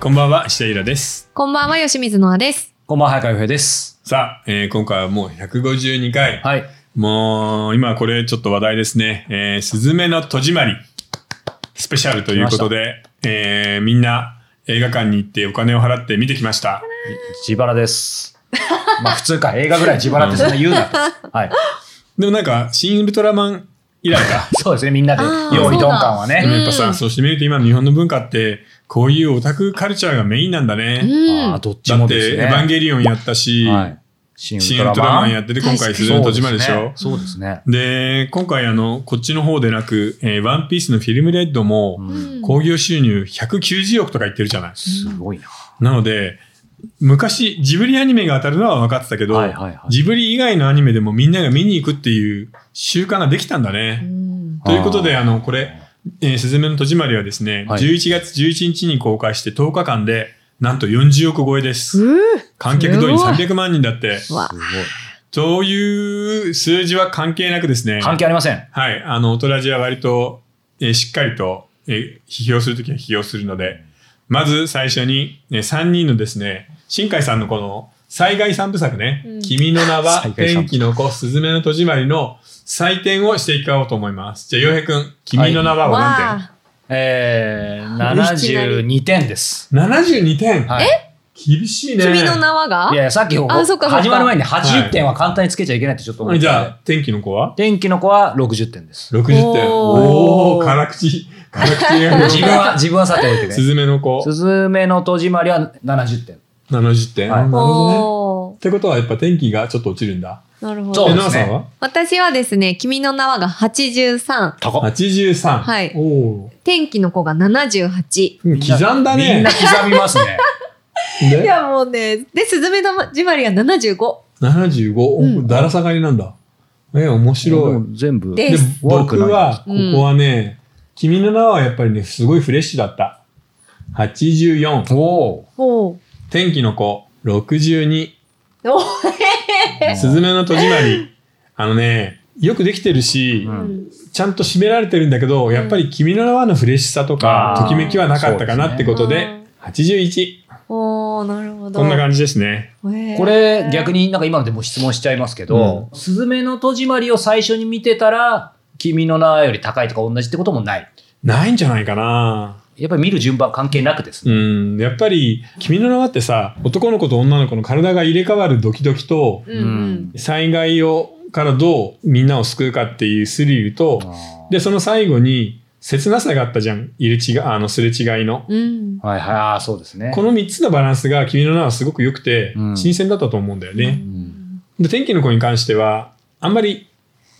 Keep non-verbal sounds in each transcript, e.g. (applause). こんばんは、下平です。こんばんは、吉水のあです。こんばんは、早川洋平です。さあ、えー今回はもう152回。はい。もう、今これちょっと話題ですね。えー、すずめの戸締まり、スペシャルということで、えーみんな映画館に行ってお金を払って見てきました。自腹です。まあ普通か、映画ぐらい自腹ってそんな言うなと。はい。でもなんか、新ウルトラマン以来か。そうですね、みんなであー用意鈍感はでもね。やっぱさ、そうしてみると今の日本の文化って、こういうオタクカルチャーがメインなんだうね。ああー、ん。どっちだもっですて、ね。エヴァンゲリオンやったし、はい。新新ウルトラマンやってて、今回すずめの戸締まりでしょ。そうですね。で、今回あの、こっちの方でなく、えーワンピースのフィルムレッドうも、ん興行収入190億とか言ってるじゃない。すごいな。なので、昔、ジブリアニメが当たるのは分かってたけど、はいはいはいジブリ以外のアニメでもみんなが見に行くっていう習慣ができたんだね。うんあーということで、あの、これ、えーすずめの戸締まりはですね、はい11月11日に公開して10日間で、なんと40億超えです。観客動員すごい300万人だって。うわすごい。そういう数字は関係なくですね。関係ありません。はい、あの、オトラジは割と、えーしっかりと、えー批評するときは批評するので、まず最初に、え3人のですね、新海さんのこの災害三部作ね、うん君の名は (laughs) 災害三天部気の子、すずめの戸締まりの採点をしていこうと思います。じゃあ、洋平くん、君の名はは何点、わえー、いきなり72点です。 ?72 点、はい。厳しいーね。君の名はがいやいや、さっきここあそうかそうか始まる前に80点は簡単につけちゃいけないってちょっと思ってじゃあ、天気の子は天気の子は60点です。 ?60 点。おおーー、辛口。辛口映画 (laughs) 自分は、自分はさておいて (laughs) ねす。ずめの子す、ずめの戸締まりは70点。 70点。はいなるほどね。おってことはやっぱ天気がちょっと落ちるんだ。ーなるほそえ、どう。です奈ね々さんは私はですね、君の名はが83、高 ?83。はいおお天気の子が78。ー。刻んだみんねな。刻みますね。いで、やもうね、で、スズメのじまりが75 75。うおだら下がりなんだ。え、面白い。全部。ででです、僕は、こうんこはね、君の名はやっぱりね、すごいフレッシュだった。84。おおおー天気の子、62。おー。ー。すずめの戸締ま (laughs) り。あのね、よくできてるし、うんちゃんと締められてるんだけど、やっぱり君の名はのフレッシュさとかあ、ーときめきはなかったかなってことで、そうですね81。おー、なるほど。こんな感じですね。へーこれ逆になんか今のでも質問しちゃいますけど、すずめの戸締まりを最初に見てたら、君の名より高いとか同じってこともない。ないんじゃないかな。やっぱり見る順番関係なくですうね。ん、やっぱり、君の名はってさ、男の子と女の子の体が入れ替わるドキドキと、うんうん。災害を、からどうみんなを救うかっていうスリルあと、ーで、その最後に、切なさがあったじゃん。入れ違い、あの、すれ違いの。うん。はいはい、あーそうですね。この3つのバランスが君の名はすごく良くてう、ん新鮮だったと思うんだようね。んで、天気の子に関しては、あんまり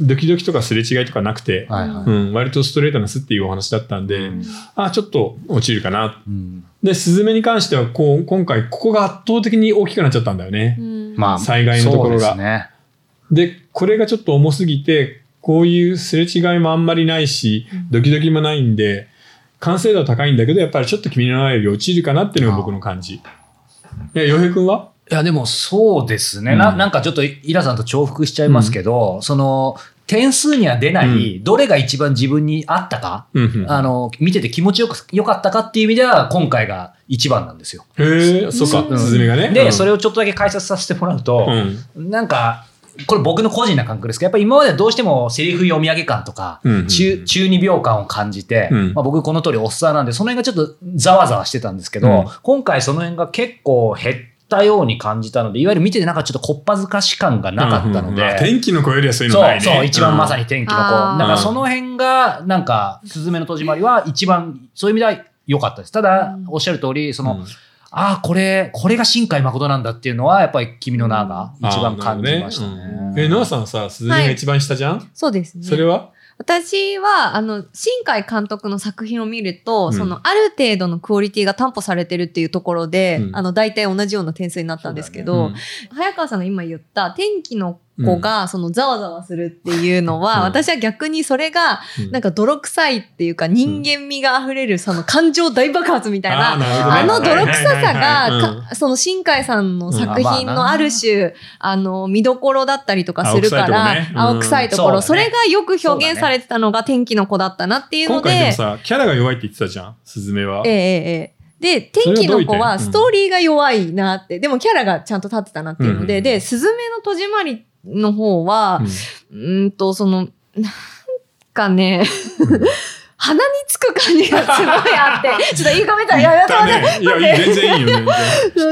ドキドキとかすれ違いとかなくて、はいはうい。ん、割とストレートなすっていうお話だったんで、うんあ、ちょっと落ちるかなっうんで、スズメに関しては、こう、今回、ここが圧倒的に大きくなっちゃったんだよね。うんまあ、災害のところがそうですね。で、これがちょっと重すぎて、こういうすれ違いもあんまりないし、ドキドキもないんで、完成度は高いんだけど、やっぱりちょっと君の名より落ちるかなっていうのが僕の感じ。いや、洋平くんはいや、でもそうですね。なうんなんかちょっとイラさんと重複しちゃいますけど、その、点数には出ない、どれが一番自分に合ったか、うんうん。あの、見てて気持ちよく、良かったかっていう意味では、今回が一番なんですよ。へえ、そっうか、んスズメがね。で、それを、をちょっとだけ解説させてもらうとう、ん。なんか、これ僕の個人な感覚ですけど、やっぱり今まではどうしてもセリフ読み上げ感とか、うん中中二秒感を感じて、うんまあ、僕この通りおっさんなんで、その辺がちょっとざわざわしてたんですけど、うん今回その辺が結構減ったように感じたので、いわゆる見ててなんかちょっとこっぱずかし感がなかったので、うんうんうん天気の子よりはそういうのそないうね。そう、一番まさに。に天気の子。あーだからその辺が、なんか、すずめの戸締まりは一番、そういう意味では良かったです。ただうん、おっしゃる通り、そうの、んああ、これ、これが新海誠なんだっていうのは、やっぱり君の名が一番感じましたあーなるほねど。ねうんえ、ノアさんさ、スズメが一番下じゃん、そうですね。それは私は、あの、新海監督の作品を見ると、うんその、ある程度のクオリティが担保されてるっていうところで、うんあの、大体同じような点数になったんですけど、うん早川さんが今言った、天気の子が、その、ざわざわするっていうのうは、ん私は逆にそれが、うんなんか泥臭いっていうか、人間味が溢れる、その、感情大爆発みたいな、ああーなのるほどね泥臭さはいはいはいはいうんが、かその新海さんの作品うんまあのなある種、あの、見どころだったりとかするか青臭いとこねらう、ん青臭いところ、そそうだれねがよく表現されてたのが天気の子だったなっていうの今回でもで、さキャラが弱いって言ってたじゃんスズメは、ええええええで、天気の子はストーリーが弱いなって、でもキャラがちゃんと立ってたなっていうので、うんで、スズメの戸締まりの方は、うーんと、その、なんかね、鼻につく感じがすごい (laughs) あって、ちょっと言いかめたら、いや、やっだたね。ね、いや、全然いいよ、全然。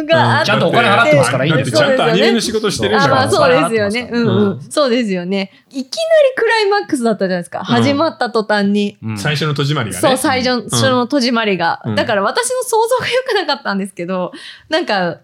のがあっちゃんとお金払ってますからいいんですよだってちゃんとアニメの仕事してるじあ、ゃん。まあそうですよね。ううんんうん。そうですよね。いきなりクライマックスだったじゃないですか。始まった途端に。うん最初の戸締まりがね。そう、最初んのその戸締まりがうん。だから私の想像が良くなかったんですけど、なんか、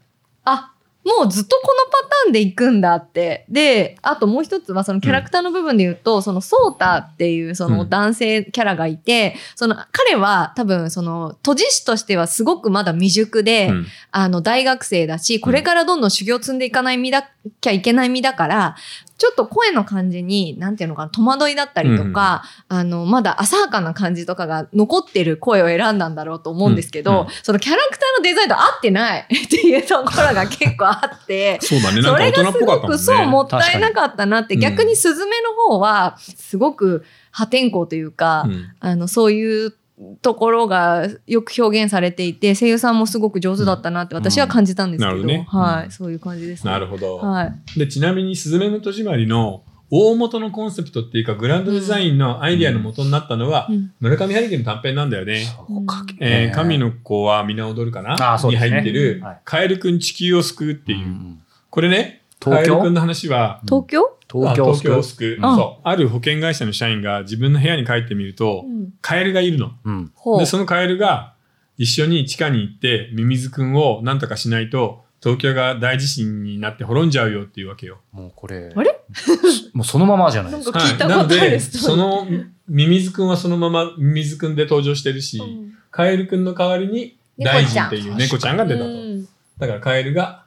あ、もうずっとこのパターンで行くんだって。で、あともう一つはそのキャラクターの部分で言うと、そのソータっていうそうのん男性キャラがいて、その彼は多分その都知事としてはすごくまだ未熟で、うんあの、大学生だし、これからどんどん修行積んでいかない身だ、きゃいけない身だから、ちょっと声の感じに、なんていうのかな、戸惑いだったりとか、あの、まだ浅はかな感じとかが残ってる声を選んだんだろうと思うんですけど、うんそのキャラクターのデザインと合ってない (laughs) っていうところが結構あって、そうだね、 (laughs) なんそかれ大人がっすぽかっごたもんくね。そうもったいなかったなって、確かに逆にスズメの方は、すごく破天荒というか、うんあの、そういうところがよく表現されていて、声優さんもすごく上手だったなって私は感じたんですけど、うんなるほどねはい、うんそういう感じです、ね。なるほど。はい。でちなみに「すずめの戸締まり」の大元のコンセプトっていうかグランドデザインのアイディアの元になったのはうん村上春樹の短編なんだよね。そうかけえねー神の子は皆踊るかな、あーそうにです入ねってるはい「カエルくん地球を救う」っていう、これねカエル東京くんの話は東京、あ東京東京を救ううんそうある保険会社の社員が自分の部屋に帰ってみると、うん、カエルがいるの。うんほうで。そのカエルが一緒に地下に行ってミミズくんを何とかしないと東京が大地震になって滅んじゃうよっていうわけよ。もうこれあれ (laughs) もうそのままじゃないなでんすかか聞いたはこなんとあるで、ストーリーそのミミズくんはそのままミミズくんで登場してるし、うんカエルくんの代わりに大臣っていう猫猫ちちゃゃんんが出たと。うんだからカエルが、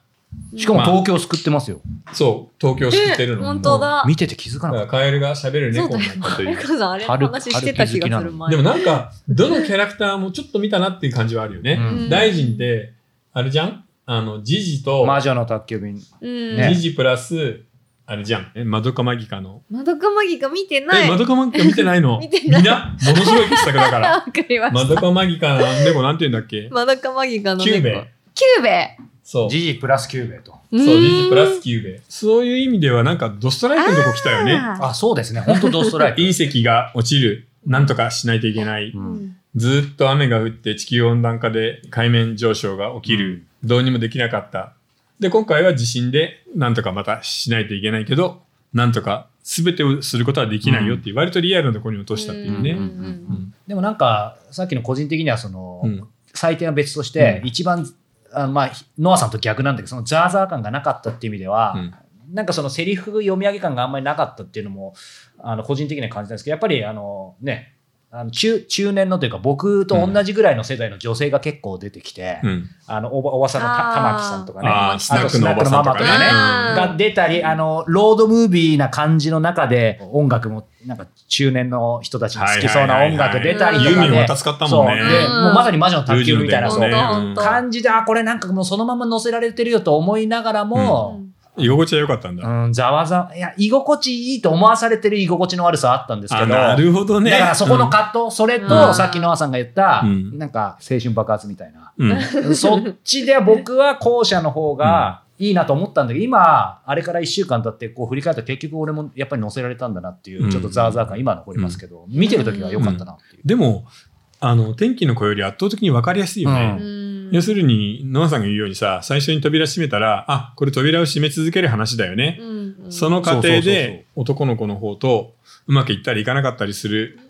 しかも東京救ってますよそう、東京を救ってるねの。本当だ。見てて気づかだなかからっカエルが喋るそう猫だによなったといね。う。さ (laughs) ん、あれ春話してた気がする前。でもなんか、どのキャラクターもちょっと見たなっていう感じはあるよた、うね。うんん、大臣って、あれじゃんあの、ジジと、魔女の宅急便うん。ねジジプラス、あれじゃん。え、マドカマギカの。マドカマギか見てない。え、マドカマギカ見てないの (laughs) 見てなみいんな、ものすごい傑作だから。 (laughs) わかりまマしドた。カマギカの猫なんて言うんだっけマドカマギかのキューね。ベキューベ。そう。ジジプラスキューベとうーんそう、リジプラスキューベ。そういう意味では、なんかドストライクのとこ来たよね。ああそうですね本当ドストライク、隕石が落ちる。なんとかしないといけない。ーうんずーっと雨が降って地球温暖化で海面上昇が起きる。どうにもできなかった。で、今回は地震で、なんとかまたしないといけないけど、なんとか全てをすることはできないよっていう、割とリアルなところに落としたっていうね。うんうんうんでもなんかさっきの個人的にはその、うん採点は別として、うん一番あまあノアさんと逆なんだけどそのザーザー感がなかったっていう意味では、うんなんかそのセリフ読み上げ感があんまりなかったっていうのもあの個人的には感じたんですけどやっぱりあのねあの中中年のというか僕と同じぐらいの世代の女性が結構出てきて、うんあのおばおばさんのあたー玉木さんとかねあースナッとクのおばさんとかねスナックのママとかねあーが出たりあのロードムービーな感じの中で音楽もなんか中年の人たちに好きそうな音楽出たりとか、ねユーミンも渡すかったそもうんでね。うんもうまさに魔女のル卓ージ球ュのみたい伝言なそうね。そううんそう感じであこれなんかもうそのまま載せられてるよと思いながらも、居心地は良かったんうだ。んざわざわいや居心地いいと思わされてる居心地の悪さあったんですけあどなるほどね。だからそこの葛藤、それとうんさっきノアさんが言った、うんなんか青春爆発みたいな、うん。うんそっちでは僕は後者の方がいいなと思ったんだけど、今、あれから1週間経ってこう振り返ったら結局俺もやっぱり載せられたんだなっていう、ちょっとザーザー感今残りますけど、見てる時は良かったなっていう。でも、あの、天気の子より圧倒的に分かりやすいよね。うん要するに、ノアさんが言うようにさ、最初に扉閉めたら、あ、これ扉を閉め続ける話だよね。にその過程そうそうそうそうで、男の子の方とうまくいったりいかなかったりする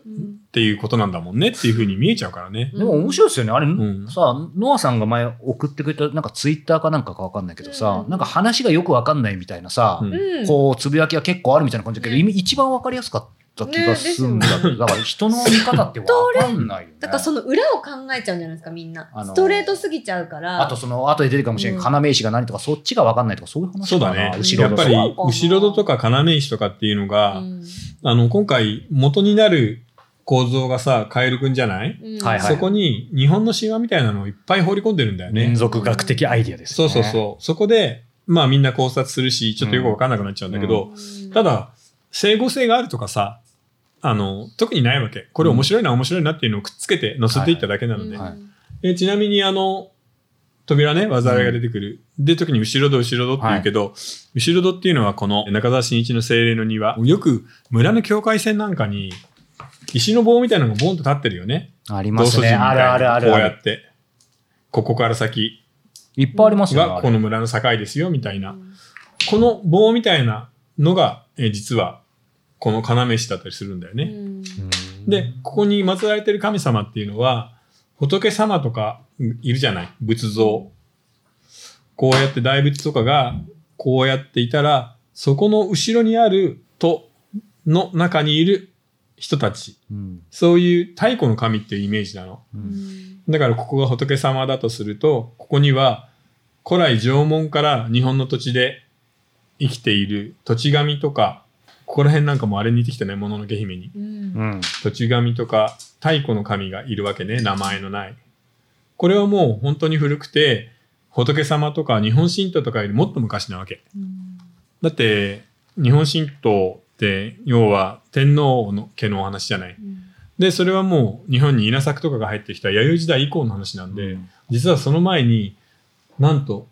っていうことなんだもんねっていうふうに見えちゃうからね。でも面白いですよね。あれ、んさ、ノアさんが前送ってくれた、なんかツイッターかなんかかわかんないけどさ、うんなんか話がよくわかんないみたいなさ、うんうんこう、つぶやきが結構あるみたいな感じだけど、ね今一番わかりやすかった気がするんだけど、だから人の見方ってわかんないよね。だからその裏を考えちゃうんじゃないですかみんな、あのスートレートすぎちゃうからあとその、後で出てくるかもしれない、要石が何とか、そっちがわかんないとか、そういう話そうだかなね。後やろっのぱさり、そうか後ろ戸とか要石とかっていうのが、うんあの、今回元になる構造がさ、カエルくんじゃない、うんはいはいそこに日本の神話みたいなのをいっぱい放り込んでるんだよね。連続学的アイディアですそようね。そうそう。そこで、まあみんな考察するし、ちょっとよくわかんなくなっちゃうんだけど、うんただ、整合性があるとかさ、あの、特にないわけ。これ面白いな、面白いなっていうのをくっつけて載せていっただけなので、はいうんえちなみにあの、扉ね、災いが出てくる。で、時に後ろ戸、後ろ戸って言うけど、後ろ戸っていうのはこの中澤新一の精霊の庭。よく村の境界線なんかに、石の棒みたいなのがボンと立ってるよね。あり道ます祖神みね。たいなあるあるあるこうあやる。って。ここから先いっぱいありますよねはあこれ。の村の境ですよ、みたいな。この棒みたいなのが、えー実は、この要石だったりするんだよね。うんうんで、ここに祀られてる神様っていうのは、仏様とかいるじゃない仏像。こうやって大仏とかが、こうやっていたら、そこの後ろにあるとの中にいる人たち。うんそういう太古の神っていうイメージなの。ううんんだからここが仏様だとすると、ここには古来縄文から日本の土地で生きている土地神とか、ここら辺なんかもあれ似てきたね、もののけ姫に。うんうん土地神とか太古の神がいるわけね名前のないこれはもう本当に古くて仏様とか日本神道とかよりもっと昔なわけだって日本神道って要は天皇の家のお話じゃないでそれはもう日本に稲作とかが入ってきた弥生時代以降の話なんで、実はその前になんと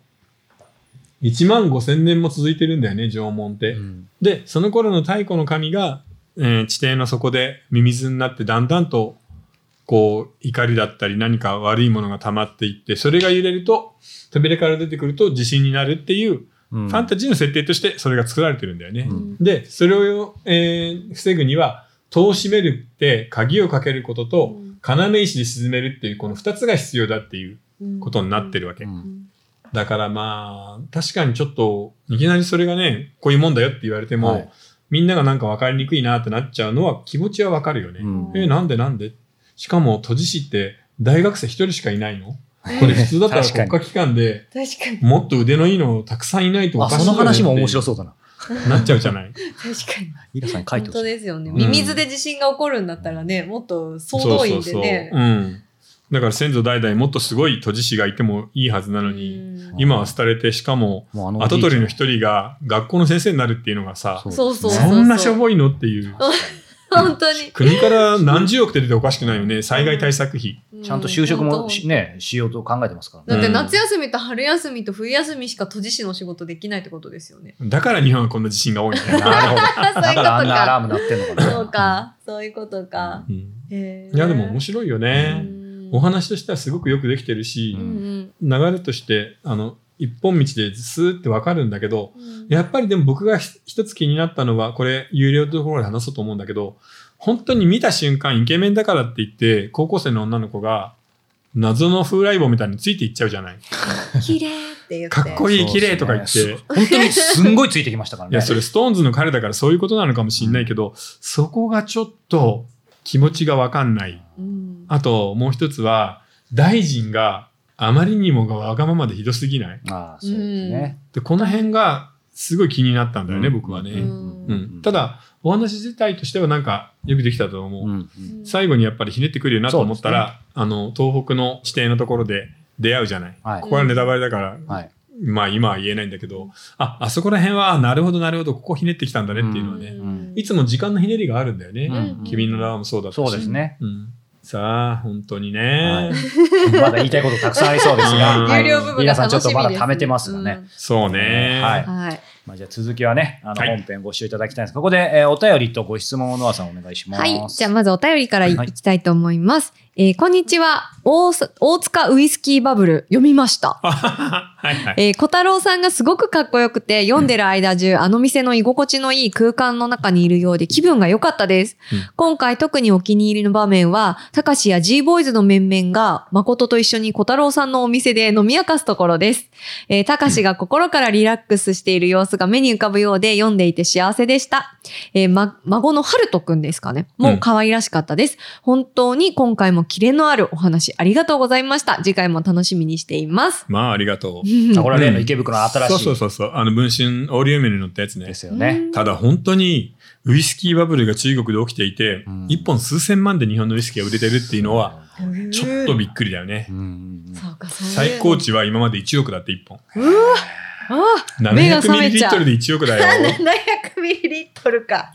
1万5,000年も続いてるんだよね縄文って、うんで、その頃の太古の神が、えー地底の底でミミズになってだんだんと、こう、怒りだったり何か悪いものが溜まっていって、それが揺れると、扉から出てくると地震になるっていう、うんファンタジーの設定としてそれが作られてるんだよねう。んで、それを、えー防ぐには、戸を閉めるって鍵をかけることと、要石で沈めるっていう、この二つが必要だっていうことになってる。るわけう。うんんだからまあ、確かにちょっと、いきなりそれがね、こういうもんだよって言われても、はいみんながなんか分かりにくいなってなっちゃうのは気持ちはわかるよね。うんえ、なんでなんでしかも、都知事って大学生一人しかいないのこれ普通だったら確か国に家機関で、確かに。もっと腕のいいのたくさんいないとおあかしいその話も面白そそうだな。う。なっちゃうじゃ (laughs) ない。確かに。イラさんに書い本てほ当しい。ですよね。うんミミズで地震が起こるんだったらね、もっと総動員でねう。うん。だから先祖代々もっとすごい都知事がいてもいいはずなのに、うん今は廃れて、しかも、もうあの跡取りの人一人が学校の先生になるっていうのがさ、そうそうそんなしょぼいのっていう。本当に。国から何十億って出ておかしくないよね。災害対策費。 (laughs) ちゃんと就職うもんしね、しようと考えてますからだね。って夏休みと春休みと冬休みしか都知事の仕事できないってことですよね。だから日本はこんな地震が多いん (laughs) だよな。なるほど。そういうことだからあんなアラか。ーム鳴ってんのかな。そうか。そういうことか。うんいいや、でも面白いよね。うんお話としてはすごくよくできてるしう、ん流れとして、あの、一本道でスーってわかるんだけど、うんやっぱりでも僕がひ一つ気になったのは、これ、有料のところで話そうと思うんだけど、本当に見た瞬間、イケメンだからって言って、高校生の女の子が、謎の風来坊みたいについていっちゃうじゃない。綺麗って言って。かっこいい、綺麗とか言っそうてですね。本当にすんごいついてきましたからいね。や、それ、ストーンズの彼だからそういうことなのかもしれないけど、そこがちょっと気持ちがわかんない。うんあと、もう一つは、大臣があまりにもわがままでひどすぎない。ああ、そうですね。で、この辺がすごい気になったんだよね、うん僕はね。ううんんうんただ、お話自体としてはなんかよくできたと思う。うん最後にやっぱりひねってくるよなと思ったそうら、あの、東北の指定のところで出会うじゃない。はいこ。こはネタバレだから、はい。まあ今は言えないんだけど、あ、あそこら辺は、あなるほどなるほど、ここひねってきたんだねっていうのはね、うんいつも時間のひねりがあるんだよね。うん君の名はもそうだったし。そうですね。うんさあ、本当にね。はいまだ言いたいことたくさんありそうですうが、んは (laughs) い有料部分が皆さん楽しちょみです、っとまだ貯めてますがうねん。。そうね。はいはい。まあじゃあ続きはね、あのはい本編ご視聴いただきたいんですが、ここでえーお便りとご質問をノアさんお願いします。はい。じゃあまずお便りからい,、はいきたいと思います。えーこんにちは。大す大塚ウイスキーバブル読みました。 (laughs) はいはい。えー小太郎さんがすごくかっこよくて、読んでる間中、あの店の居心地のいい空間の中にいるようで気分が良かったです。うん今回特にお気に入りの場面は、たかしや G ボーイズの面々が、誠と一緒に小太郎さんのお店で飲み明かすところです。えー、たかしが心からリラックスしている様子が目に浮かぶようで、読んでいて幸せでした。えーま、孫のハルトくんですかね。もう可愛らしかったです。本当に今回もキレのあるお話ありがとうございました。次回も楽しみにしてい (laughs) ます。まあ、ありがとう。あこれは例の池袋の新しい。そうそうそうそう。あの、文春オーリウムに乗ったやつねで。すよね。ただ本当に、ウイスキーバブルが中国で起きていてうん、一、本数千万で日本のウイスキーが売れてるっていうのは、うん、ちょっとびっくりだよねう。ん。そうか、そういう最高。値は今まで1億だって1本。うわあ700目が覚ミめリリちッゃうトルで1億だよ。 700ミリリットルか。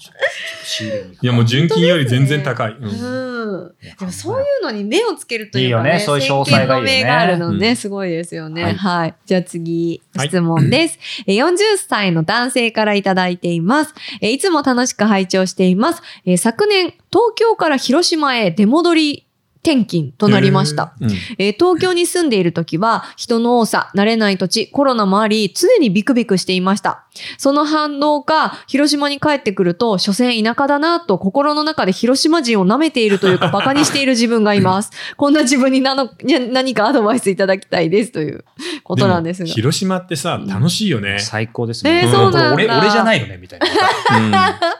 仕入れに行くいや、もう純金より全然高い。うんうん。でもそういうのに目をつけるというかいいよねそういう詳細がいいよね先見の明があるのうね、んすごいですよね。はいはい。じゃあ次、はい質問です。えー40歳の男性からいただいています。えーいつも楽しく拝聴しています。えー昨年、東京から広島へ出戻り転勤となりました。。うんえー東京に住んでいる時は人の多さ、慣れない土地、コロナもあり、常にビクビクしていました。その反動か、広島に帰ってくると、所詮田舎だなと心の中で広島人を舐めているという (laughs) か、馬鹿にしている自分がいます。こんな自分になのいや何かアドバイスいただきたいですということなんですでがも。広島ってさ、楽しいよね。最高ですねね。そうなんだこれ俺俺じゃないよねみたいな。うんい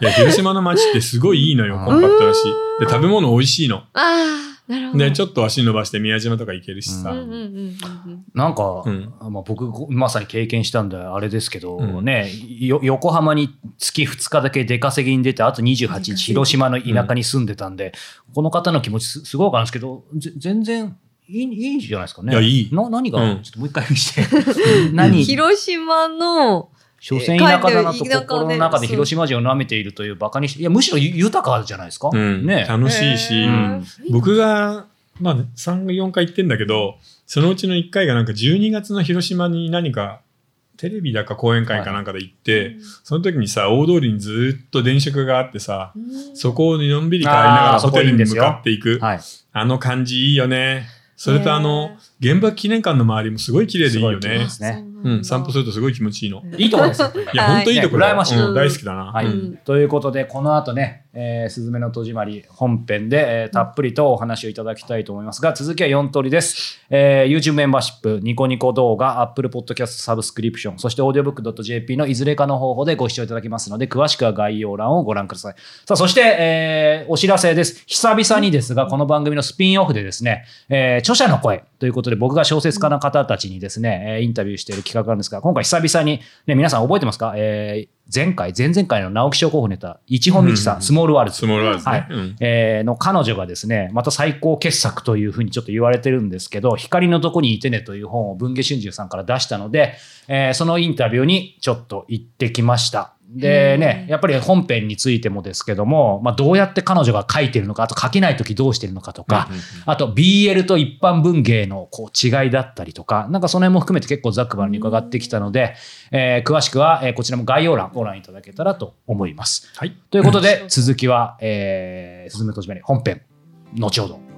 や、広島の街ってすごいいいのよ、うんコンパクトだし。で、食べ物美味しいの。ああ、なるほど。で、ちょっと足伸ばして宮島とか行けるしうんさ。うんうんうん (laughs) なん (laughs) か、うんまあ、僕ごまさに経験したんであれですけど、うんねよ横浜に月2日だけ出稼ぎに出てあと28出稼ぎ日広島の田舎に住んでたんで、この方の気持ちすすごいわかるんですけどぜ全然いいいいじゃないですかね。いやいいな何が、うんちょっともう一回 (laughs) 見して何うん。広島の、所詮田舎だなと帰ってる田舎で心の中で広島人を舐めているというバカにしていやむしろ豊かじゃないですか。うんね楽しいしえ。ーうん僕が、まあ、3、4回行ってんだけど、そのうちの1回がなんか12月の広島に何か、テレビだか講演会かなんかで行って、その時にさ、大通りにずっと電飾があってさ、うんそこをのんびり帰りながあらーそホこテいいルにんです向よかっていく。はい、あの感じいいよね。それへとーあの、原爆記念館の周りもすごい綺麗でいいよすごい綺麗ねで。すねあうん、散歩するとすごい気持ちいいの。いいところですよ。これいや、ほんといいところだよ。ね羨ましいうん大好きだな。はい、うんうんということでこの後ね「えーすずめの戸締まり」本編で、えーたっぷりとお話をいただきたいと思いますが続きは4通りです、えー YouTube メンバーシップニコニコ動画 Apple Podcast サブスクリプションそして audiobook.jp のいずれかの方法でご視聴いただけますので詳しくは概要欄をご覧くださいさあそして、えーお知らせです久々にですがこの番組のスピンオフでですね、えー著者の声ということで僕が小説家の方たちにですね、えーインタビューしている企画なんですが今回久々に、ね、皆さん覚えてますか、えー前回前々回の直木賞候補ネタ一本道さん、うんスモールワールドスモールワールズはねい。うんえーの彼女がですねまた最高傑作というふうにちょっと言われてるんですけど「光のとこにいてね」という本を文藝春秋さんから出したので、えーそのインタビューにちょっと行ってきました。でねうんやっぱり本編についてもですけども、まあ、どうやって彼女が書いてるのかあと書けない時どうしてるのかとか、あと BL と一般文芸のこう違いだったりとか、なんかその辺も含めて結構ざっくばらんに伺ってきたので、えー詳しくは、えーこちらも概要欄ご覧いただけたらと思います。はい。ということうで、ん続きは、えー、すずめとじめに本編、後ほど